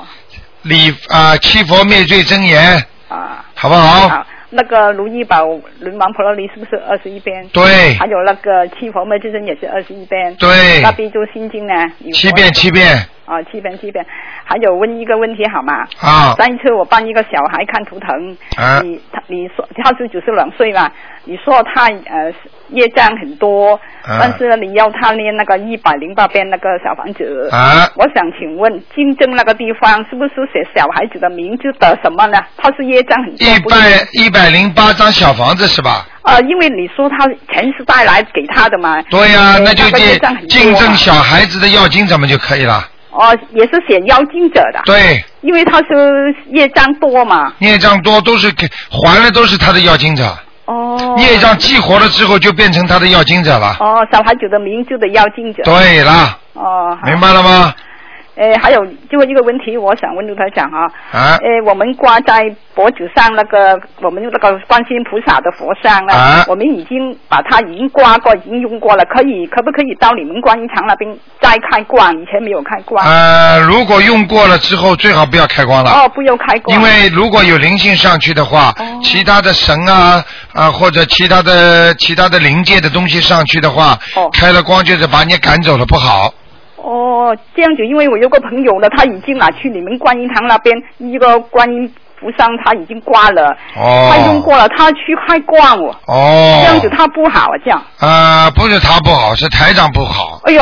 礼啊七佛灭罪真言，啊好不好？好，啊那个如意宝轮王婆罗尼是不是二十一遍？对还有那个七佛灭之身也是二十一遍。对大悲咒心经呢？有七遍七遍。啊，七遍七遍。还有问一个问题好吗？啊上一次我帮一个小孩看图腾，啊你他你说他是九十两岁嘛？你说他呃业障很多，啊但是呢你要他念那个一百零八遍那个小房子。啊我想请问，金正那个地方是不是写小孩子的名字的什么呢？他是业障很多。一不百一百零八张小房子是吧？呃，因为你说他前世带来给他的嘛。对呀、呃那就个业借障很多啊竞争嘛小孩子的要经怎么就可以了？哦，也是写妖精者的。。对，因为他是业障多嘛。孽障多都是给还了都是他的要经者，哦。孽障激活了之后就变成他的要经者了。哦，小孩子的名字的妖精者。对啦，哦。好明白了吗？诶，还有就一个问题，我想问卢台长啊。啊诶，我们挂在脖子上那个，我们用那个观世音菩萨的佛像呢，啊我们已经把它已经挂过，已经用过了，可以可不可以到你们观音堂那边再开挂？以前没有开挂。呃，如果用过了之后，最好不要开光了。哦，不用开挂。因为如果有灵性上去的话，其他的神啊啊或者其他的其他的灵界的东西上去的话，开了光就是把你赶走了，不好。哦，这样子，因为我有个朋友呢，他已经拿去你们观音堂那边一个观音菩萨，他已经挂了，哦他用过了，他去开挂我，这样子哦，他不好啊，这样，啊、不是他不好，是台长不好哎呦，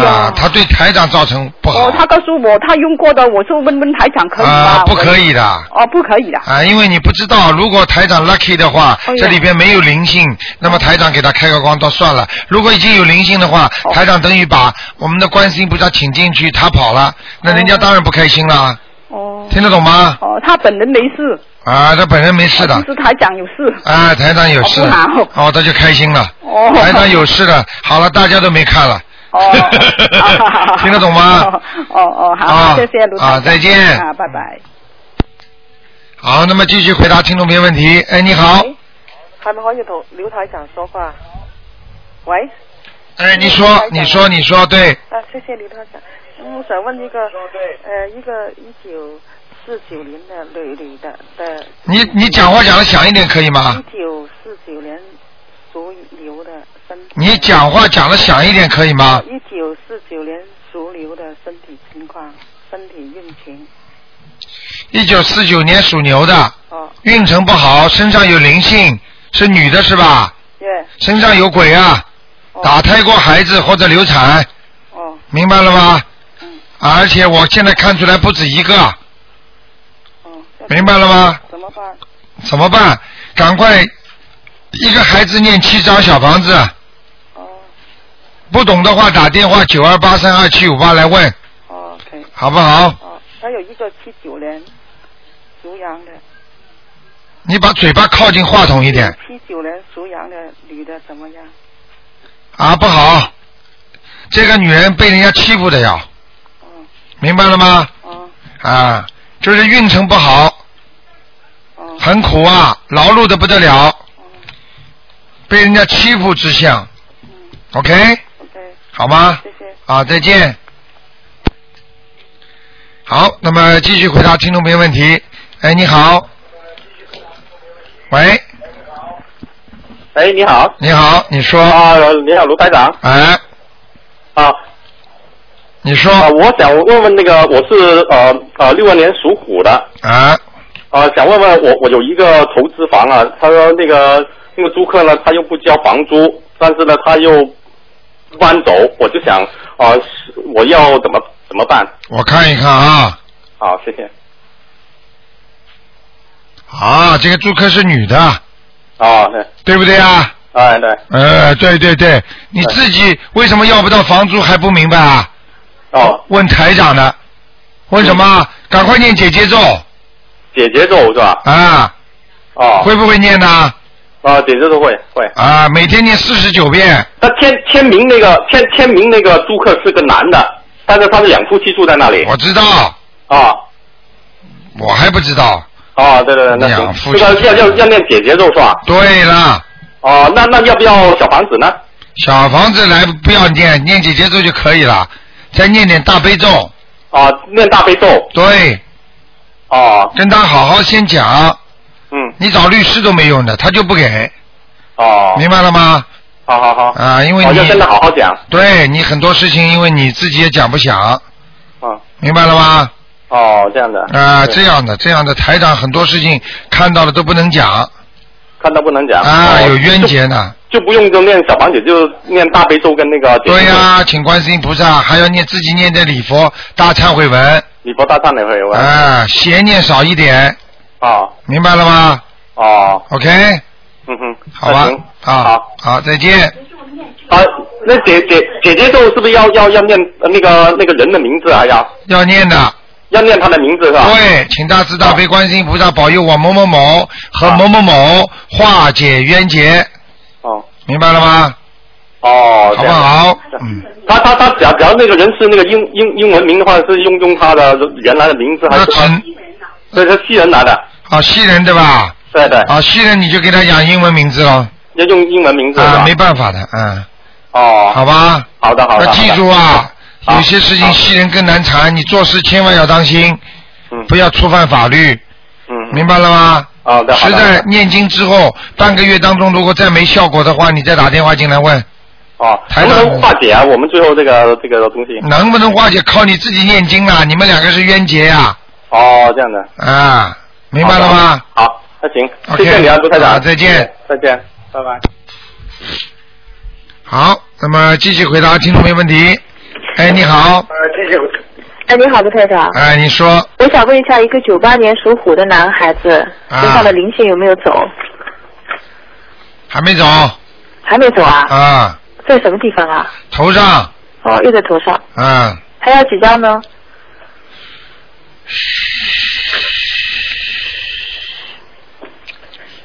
啊、他对台长造成不好哦，他告诉我他用过的，我说问问台长可以啊、吗？不可以的。我。哦，不可以的。啊，因为你不知道，如果台长 lucky 的话，哎呀这里边没有灵性，那么台长给他开个光倒算了。如果已经有灵性的话，哦台长等于把我们的观世音菩萨请进去，他跑了，那人家当然不开心了。哦。听得懂吗？哦，他本人没事，啊，他本人没事的就。是台长有事。啊，台长有事哦不好。哦，他就开心了。哦台长有事了，好了，大家都没看了。哦。听得懂吗？哦哦，啊好，谢谢卢台啊长再见啊，拜拜。好，那么继续回答听众朋友问题。哎，你好，还没可以同刘台长说话。喂，哎，你说，你说，你说，对，啊，谢谢刘台长。嗯，我想问一个，呃，一个一九四九年的女女的的。你你讲话讲的响一点可以吗？一九四九年属牛的身体。哦你讲话讲的响一点可以吗？一九四九年属牛的身体情况，身体运程。一九四九年属牛的，哦，运程不好，身上有灵性，是女的是吧？耶，身上有鬼啊，打胎过孩子或者流产。哦。嗯明白了吗？而且我现在看出来不止一个。明白了吗？哦怎么办？怎么办？赶快，一个孩子念七张小房子。哦不懂的话打电话九二八三二七五八来问，哦，OK。好不好？哦，还有一个七九年属羊的。你把嘴巴靠近话筒一点七九年属羊的女的怎么样？啊，不好。这个女人被人家欺负的要。明白了吗？啊，就是运程不好。很苦啊，劳碌的不得了。被人家欺负之象。OK。好吗？啊，再见。好，那么继续回答听众朋友问题。哎，你好。喂，哎，你好。你好，你说。啊，你好，卢台长。哎。啊。你说。啊，我想问问那个，我是呃呃六二年属虎的。啊。啊，想问问我，我有一个投资房啊，他说那个那个租客呢，他又不交房租，但是呢他又搬走，我就想啊、是我要怎么怎么办？我看一看啊，好，谢谢。啊，这个租客是女的，啊，对，对不对啊？哎对，呃，对对对，你自己为什么要不到房租还不明白啊？哦，嗯问台长的，问什么？赶快念姐姐咒姐姐咒是吧？啊！哦，会不会念呢？啊，姐姐咒会会。啊，每天念四十九遍。他签签名那个签签名那个租客是个男的，但是他是两夫妻住在那里。我知道。啊我还不知道。啊，对对对，那两夫行，妻这个要要要念姐姐咒是吧？对了，哦，那那要不要小房子呢？小房子来不要念，念姐姐咒就可以了，再念点大悲咒。啊，念大悲咒。对。哦。跟他好好先讲。嗯。你找律师都没用的，他就不给，哦，明白了吗？好好好，啊，因为我你就跟他好好讲，对你很多事情，因为你自己也讲不响，嗯，明白了吗？哦，这样的，啊、这样的，这样的，台长很多事情看到了都不能讲看到不能讲啊，哦有冤就结呢。就不用就念小房子，就念大悲咒跟那个对呀、请观世音菩萨，还要念自己念点礼佛大忏悔文礼佛大忏那会有啊，啊，邪念少一点，哦明白了吗哦， ？OK，嗯哼，好那吧行，啊，好，再见。啊，那姐姐姐姐咒是不是要要要念呃那个那个人的名字啊？要要念的，要念他的名字是吧？对，请大慈大啊悲观世音菩萨保佑我某某某和某某某化解冤结，哦明白了吗？哦，好这不样好？嗯，他他他，只要只要那个人是那个英英英文名的话，是用用他的原来的名字还是？对，是西人来的，好，啊西人对吧？对对，好，西人你就给他讲英文名字喽，要用英文名字是吧啊，没办法的，嗯，哦，好吧。好的好的，要记住好啊的，有些事情西人更难缠，你做事千万要当心，不要触犯法律，嗯，明白了吗？好的好实的好在的念经之后，半个月当中如果再没效果的话，你再打电话进来问，哦，台能不长能化解啊？我们最后这个这个东西能不能化解靠你自己念经啦、你们两个是冤结呀、哦，这样的，啊，明白了吗？好，那行， OK 谢谢你啊，卢台好长，再见，再见，拜拜。好，那么继续回答听众没问题。哎，你好，呃，这是哎，你好，卢台长，哎，你说我想问一下，一个九八年属虎的男孩子啊身上的灵性有没有走？还没走还没走啊？啊？在什么地方啊？头上，哦，又在头上，啊，还要几张呢？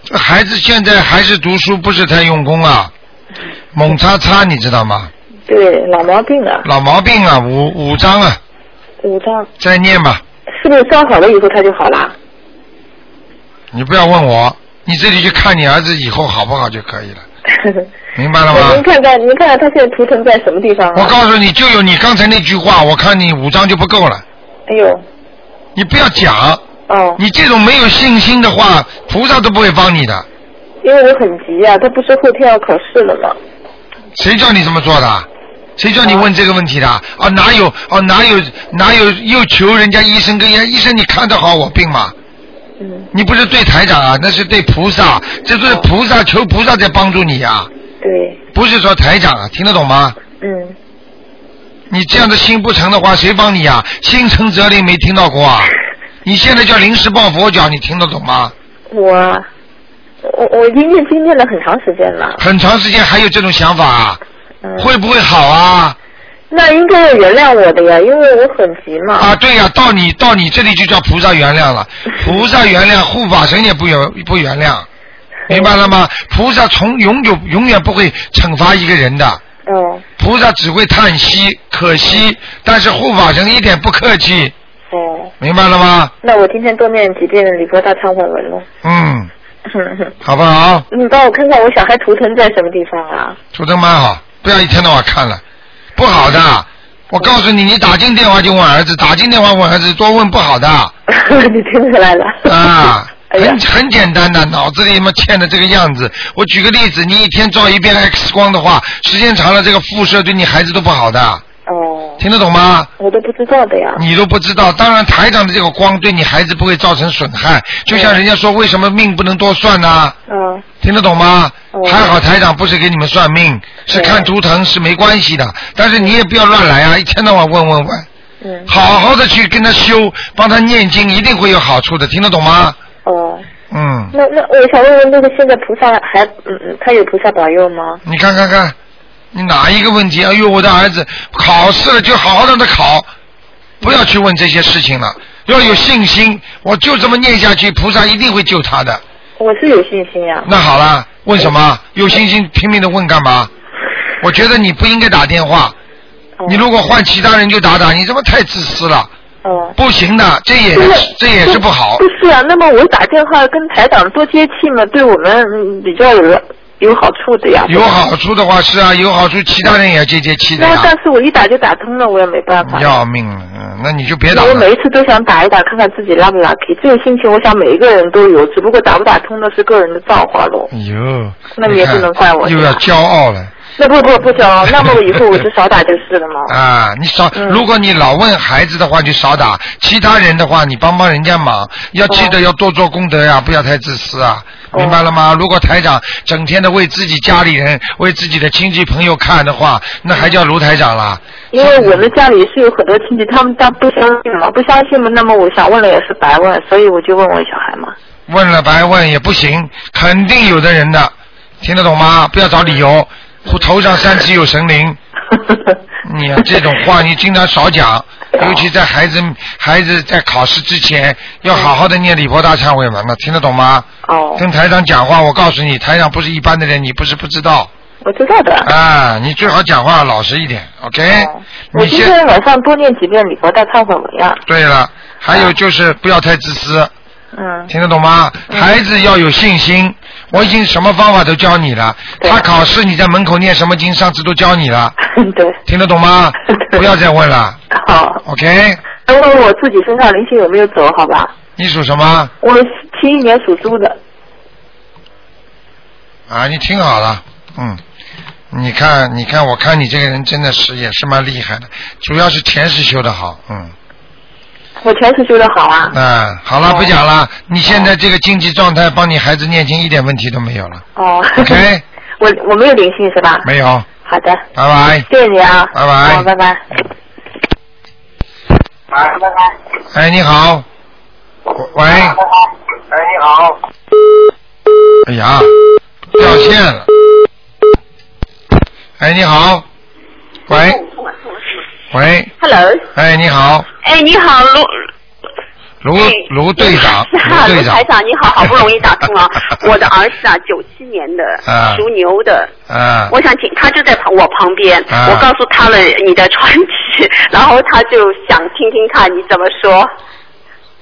这孩子现在还是读书不是太用功啊，猛擦擦，你知道吗？对，老毛病了，老毛病啊，五五张啊，五张，再念吧，是不是烧好了以后他就好 [LAUGHS] 了？你不要问我，你自己去看你儿子以后好不好就可以了，明白了那您吗？看看，您看看他现在图腾在什么地方我啊？告诉你，就有你刚才那句话，我看你五张就不够了。哎呦，你不要讲。哦。你这种没有信心的话，菩萨都不会帮你的。因为我很急啊，他不是后天要考试了吗？谁叫你这么做的？谁叫你问这个问题的？啊，哪有啊，哪有哪有又求人家医生跟人家医生，你看得好我病吗？嗯。你不是对台长啊，那是对菩萨，这是菩萨求菩萨在帮助你啊，哦对，不是说台长啊，听得懂吗？嗯，你这样的心不诚的话，谁帮你啊？心诚则灵，没听到过啊？你现在叫临时抱佛脚，你听得懂吗？我我我已经念经念了很长时间了，很长时间还有这种想法啊？会不会好啊？那应该要原谅我的呀，因为我很急嘛。啊，对呀、到你到你这里就叫菩萨原谅了，菩萨原谅，护法神也不原不原谅，明白了吗？菩萨从永久永远不会惩罚一个人的，哦菩萨只会叹息可惜，但是护法神一点不客气，哦，明白了吗？那我今天多念几遍礼佛大忏悔文了。嗯，好不好？ [LAUGHS] 你帮我看看我小孩图腾在什么地方啊？ [LAUGHS] 图腾蛮好，不要一天到晚看了，不好的。我告诉你，你打进电话就问儿子，打进电话问儿子，多问不好的。你听出 [LAUGHS] 来了？ [LAUGHS] 啊，哎很很简单的，脑子里面欠的这个样子。我举个例子，你一天照一遍 X 光的话，时间长了，这个辐射对你孩子都不好的。哦。听得懂吗？我都不知道的呀。你都不知道，当然台长的这个光对你孩子不会造成损害。就像人家说，为什么命不能多算呢、嗯，听得懂吗？哦还好台长不是给你们算命，是看图腾是没关系的。但是你也不要乱来啊，一天到晚问问问。嗯。好好的去跟他修，帮他念经，一定会有好处的，听得懂吗？哦，嗯，那那我想问问，那个现在菩萨还嗯嗯，他有菩萨保佑吗？你看看看，你哪一个问题？哎呦，我的儿子考试了，就好好让他考，不要去问这些事情了，要有信心。我就这么念下去，菩萨一定会救他的。我是有信心呀、那好了，问什么？有信心拼命的问干嘛？我觉得你不应该打电话，你如果换其他人就打打，你这不太自私了。哦。不行的，这也不是这也是不好不。是啊，那么我打电话跟台长多接气嘛，对我们嗯比较有有好处的呀。有好处的话是啊，有好处，其他人也接接气的那呀。但是我一打就打通了，我也没办法。啊要命了，嗯，那你就别打我每了一。次都想打一打，看看自己拉不拉皮。这种心情，我想每一个人都有，只不过打不打通的是个人的造化喽。哎呦，那你也不能怪我又要骄傲了那不不不行，啊那么我以后我就少打就是了嘛。嗯啊！你少，如果你老问孩子的话，就少打；其他人的话，你帮帮人家忙，要记哦得要多做功德呀、不要太自私啊，明白了吗？如果台长整天的为自己家里人、为自己的亲戚朋友看的话，那还叫卢台长啦？因为我们家里是有很多亲戚，他们但不相信嘛，不相信嘛，那么我想问了也是白问，所以我就问问小孩嘛。问了白问也不行，肯定有的人的，听得懂吗？不要找理由，头上三尺有神 [LAUGHS] 灵。你啊，这种话你经常少讲，尤其在孩子孩子在考试之前，要好好的念礼佛大忏悔文了，听得懂吗？哦。跟台长讲话，我告诉你，台长不是一般的人，你不是不知道。我知道的。哦啊，你最好讲话老实一点，OK？、我你今先天晚上多念几遍礼佛大忏悔文呀。对了，还有就是不要太自私。嗯，听得懂吗？孩子要有信心。我已经什么方法都教你了，他考试你在门口念什么经，上次都教你了。 [LAUGHS] 对。听得懂 [LAUGHS] 吗？不要再问了。好。 OK，问问我自己身上灵性有没有走，好吧？你属什么？我七一年属猪的，啊，你听好了，嗯，你看，你看，我看你这个人真的是也是蛮厉害的，主要是前世修的好，嗯。我前世修的好啊。嗯，好了，不讲了。你现在这个经济状态，帮你孩子念经一点问题都没有了，哦。 OK。 [LAUGHS] 我我没有灵性是吧？没有，好的，拜拜。谢谢你啊。拜拜好，拜拜。拜拜。哎，你好，喂，哎，你好。哎呀，掉线了。哎，你好，喂，喂， Hello，哎，你好，哎，你好，卢卢卢队长，哈，啊卢 [LAUGHS] 卢队长台，长，哎你好，好不容易打 [LAUGHS] 通了。我的儿子啊，九七年的啊，属牛的，啊，我想请他就在旁我旁边，啊我告诉他了你的传奇， [LAUGHS] 然后他就想听听看你怎么说。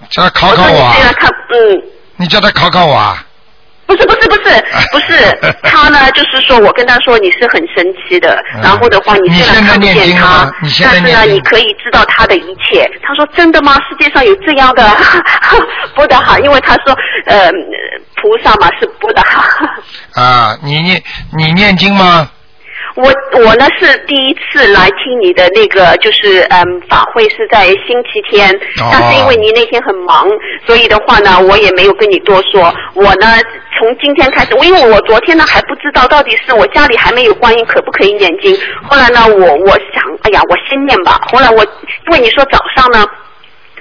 叫他考考我现在啊，看，嗯，你叫他考考我啊，不是不是不是 [LAUGHS] 不是，他呢就是说我跟他说你是很神奇的，嗯然后的话你虽现然在看不念见经了他吗你，现但在是念呢经你可以知道他的一切。他说真的吗？世界上有这样的 [LAUGHS] 不达哈？因为他说呃菩萨嘛是不达哈。啊，你念你念经吗？我我呢是第一次来听你的那个，就是嗯法会是在星期天，哦但是因为你那天很忙，所以的话呢，我也没有跟你多说。我呢从今天开始，我因为我昨天呢还不知道到底是我家里还没有观音可不可以念经，后来呢我我想，哎呀我先念吧，后来我因为你说早上呢。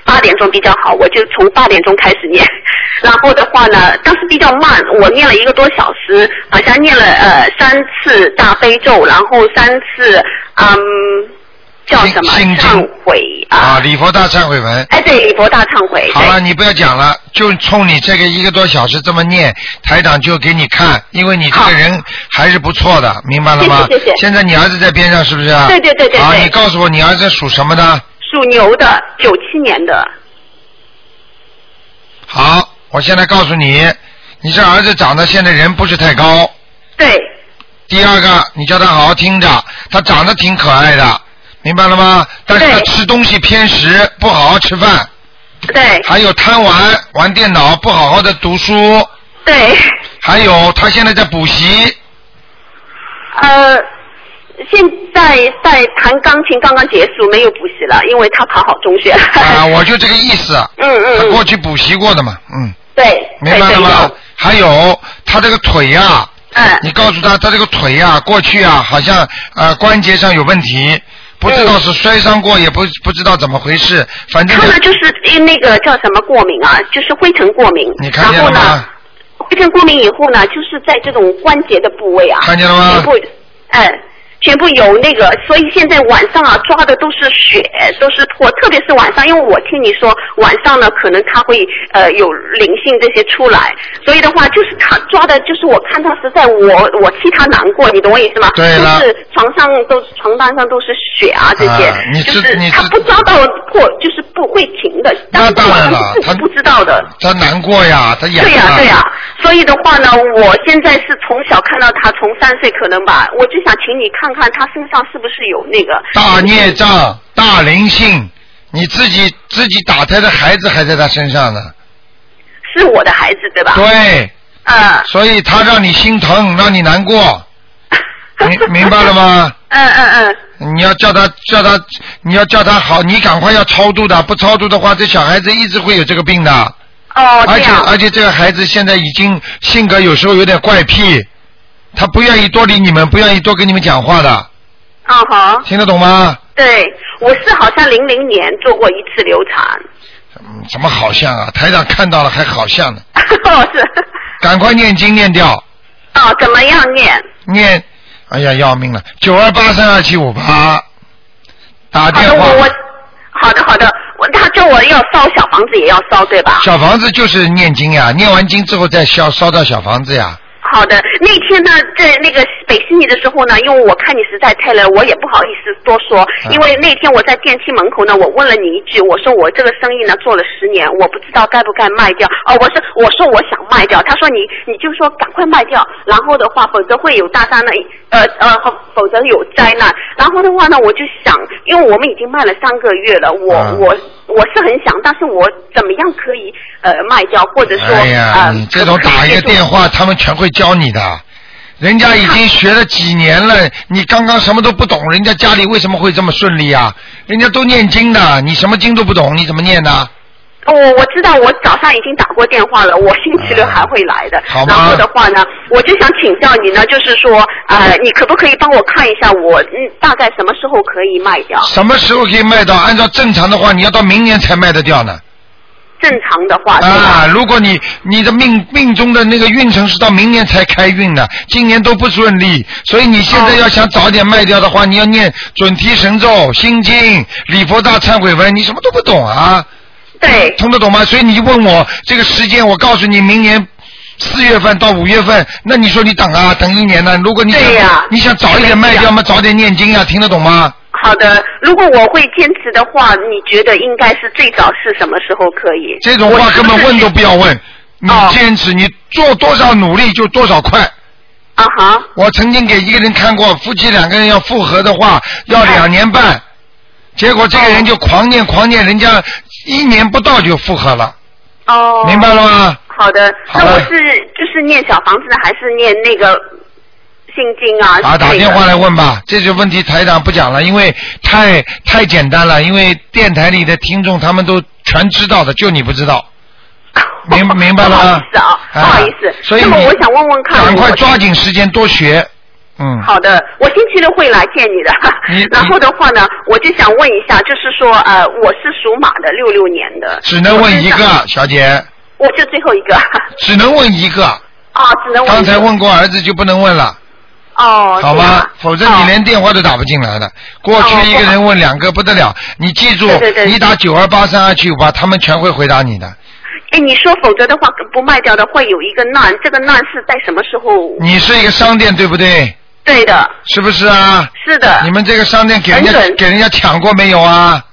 八点钟比较好，我就从八点钟开始念。然后的话呢，当时比较慢，我念了一个多小时，好像念了呃三次大悲咒，然后三次嗯叫什么心忏悔啊，礼佛大忏悔文。哎对礼佛大忏悔。好了，你不要讲了，就冲你这个一个多小时这么念，台长就给你看，因为你这个人还是不错的，明白了吗？谢谢谢谢现在你儿子在边上是不是啊？对对对对好，对你告诉我你儿子属什么的？属牛的，九七年的，好，我现在告诉你，你这儿子长得现在人不是太高。对。第二个，你叫他好好听着，他长得挺可爱的，明白了吗？但是他吃东西偏食，不好好吃饭。对。还有贪玩，玩电脑，不好好的读书。对。还有，他现在在补 [LAUGHS] 习。呃。现在在弹钢琴，刚刚结束，没有补习了，因为他考好中学。 [LAUGHS] 啊，我就这个意思。嗯嗯。他过去补习过的嘛，嗯，哎对，明白了吗？还有他这个腿呀、嗯，你告诉他他这个腿呀、过去啊好像呃关节上有问题，不知道是摔伤过，也不不知道怎么回事，反正嗯他呢就是因那个叫什么过敏啊，就是灰尘过敏。你看见然后了呢，吗？灰尘过敏以后呢，就是在这种关节的部位啊，看见了吗全部，嗯，全部有那个，所以现在晚上啊抓的都是血，都是破，特别是晚上，因为我听你说晚上呢，可能他会呃有灵性这些出来，所以的话就是他抓的，就是我看他实在我我替他难过，你懂我意思吗？对了就是床上都床单上都是血啊这些，啊你知就是你知他不抓到破，就是不会停的，但那是当然了他自己不知道的。他难过呀，他演啊对呀对呀所以的话呢，我现在是从小看到他，从三岁可能吧，我就想请你看看他身上是不是有那个大孽障、大灵性，你自己自己打胎的孩子还在他身上呢。是我的孩子对吧？对。嗯啊。所以他让你心疼，让你难 [LAUGHS] 过，明明白了吗？嗯嗯嗯。你要叫他叫他，你要叫他好，你赶快要超度的，不超度的话，这小孩子一直会有这个病的。哦，而且而且这个孩子现在已经性格有时候有点怪癖，他不愿意多理你们，不愿意多跟你们讲话的，啊好。听得懂吗？对，我是好像零零年做过一次流产，嗯什么好像啊？台长看到了还好像 [LAUGHS] 呢，哦是赶快念经念掉，哦，怎么样念？念，哎呀要命了，九二八三二七五八，打好电的，话。我我好的好的，我他叫我要烧小房子也要烧对吧？小房子就是念经呀，念完经之后再烧烧到小房子呀。好的，那天呢，在那个北悉尼的时候呢，因为我看你实在太累，我也不好意思多说，嗯因为那天我在电梯门口呢，我问了你一句，我说我这个生意呢做了十年，我不知道该不该卖掉，哦，我说我说我想卖掉，他说你你就说赶快卖掉，然后的话，否则会有大灾难，呃呃，否否则有灾难，然后的话呢，我就想，因为我们已经卖了三个月了，我、嗯我我是很想，但是我怎么样可以呃卖掉，或者说哎呀呃，你这种打一个电话，他们全会教你的。人家已经学了几年了，你刚刚什么都不懂，人家家里为什么会这么顺利啊？人家都念经的，你什么经都不懂，你怎么念呢？我哦我知道，我早上已经打过电话了，我星期六还会来的。嗯好吗然后的话呢，我就想请教你呢，就是说，呃，你可不可以帮我看一下我，嗯，大概什么时候可以卖掉？什么时候可以卖到？按照正常的话，你要到明年才卖得掉呢。正常的话，对吧？啊，如果你你的命命中的那个运程是到明年才开运的，今年都不顺利，所以你现在要想早点卖掉的话，嗯你要念准提神咒、心经、礼佛大忏悔文，你什么都不懂啊。对。听得懂吗？所以你问我这个时间，我告诉你，明年四月份到五月份，那你说你等啊，等一年呢、如果你想、对呀你想早一点卖掉嘛，早点念经啊，听得懂吗？好的，如果我会坚持的话，你觉得应该是最早是什么时候可以？这种话根本问都不要问，你哦坚持，你做多少努力就多少快。啊哈！我曾经给一个人看过，夫妻两个人要复合的话，啊要两年半，结果这个人就狂念狂念，人家一年不到就复合了，哦，明白了吗？好的，好那了我是就是念小房子呢，还是念那个心经啊？啊，打这个电话来问吧，这些问题台长不讲了，因为太太简单了，因为电台里的听众他们都全知道的，就你不知道，明明白了 [LAUGHS] 吗？是啊，不好意思啊。所以那么你我想问问看，赶快我抓紧时间多学，嗯，好的，我星期六会来见你的。 [LAUGHS] 然后的话呢，我就想问一下，就是说，呃，我是属马的，六六年的。只能问一我就个想，小姐，我就最后一个。 [LAUGHS] 只能问一个，啊，只能问刚一个。才问过儿子就不能问了，好哦。这样吗啊？否则你连电话都打不进来的。过去一个人问两个不得了，你记住对对，对你打九二八三二七五八，他们全会回答你的。哎，你说否则的话不卖掉的会有一个难，这个难是在什么时候？你是一个商店对不对？对的，是不是啊？是的你们这个商店给人家很准给人家抢过没有啊？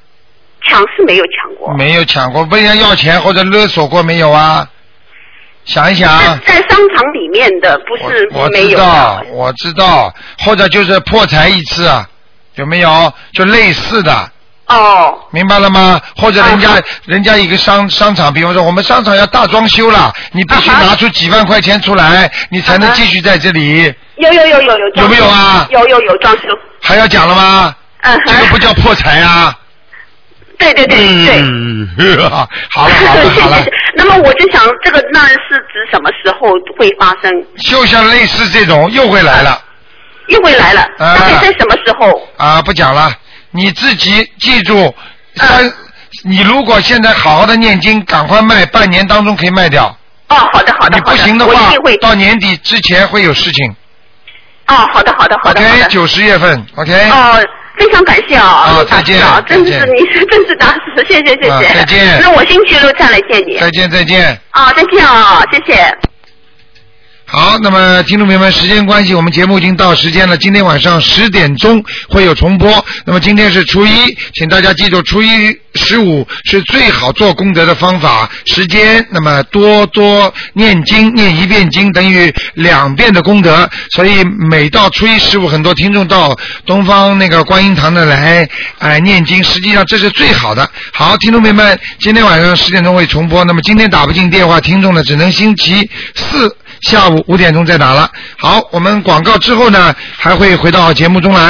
抢是没有抢过，没有抢过，问人家要钱或者勒索过没有啊？想一想，在商场里面的不是啊我没知有啊的。道，我知道，或者就是破财一次，啊，有没有？就类似的。哦。啊明白了吗？或者人家、人家一个商商场，比方说我们商场要大装修了，你必啊须拿出几万块钱出来，你才能继续在这里。有有有有有有没有啊有有有装修，还要讲了吗？嗯，这个不叫破财啊。对对对对。嗯， [LAUGHS] [LAUGHS] 好了好了好了，那么我就想，这个难是指什么时候会发生？就像类似这种又会来了又会来了，啊大概在什么时候？啊！不讲了，你自己记住啊三。你如果现在好好的念经，赶快卖，半年当中可以卖掉。哦，好的好的你不好行的我一话定会，。到年底之前会有事情。哦，好的好的好的好 OK，的。九十月份，OK。哦，非常感谢啊，啊陆大再见师啊，真再是见你是真是大师，谢谢谢谢。啊再见那我星期六再来见你。再见再见。啊，再见啊，谢谢。好，那么听众朋友们，时间关系，我们节目已经到时间了。今天晚上十点钟会有重播。那么今天是初一，请大家记住，初一十五是最好做功德的方法。时间，那么多多念经，念一遍经等于两遍的功德。所以每到初一十五，很多听众到东方那个观音堂的来哎、念经，实际上这是最好的。好，听众朋友们，今天晚上十点钟会重播。那么今天打不进电话，听众呢只能星期四。下午五点钟再打了。好，我们广告之后呢，还会回到节目中来。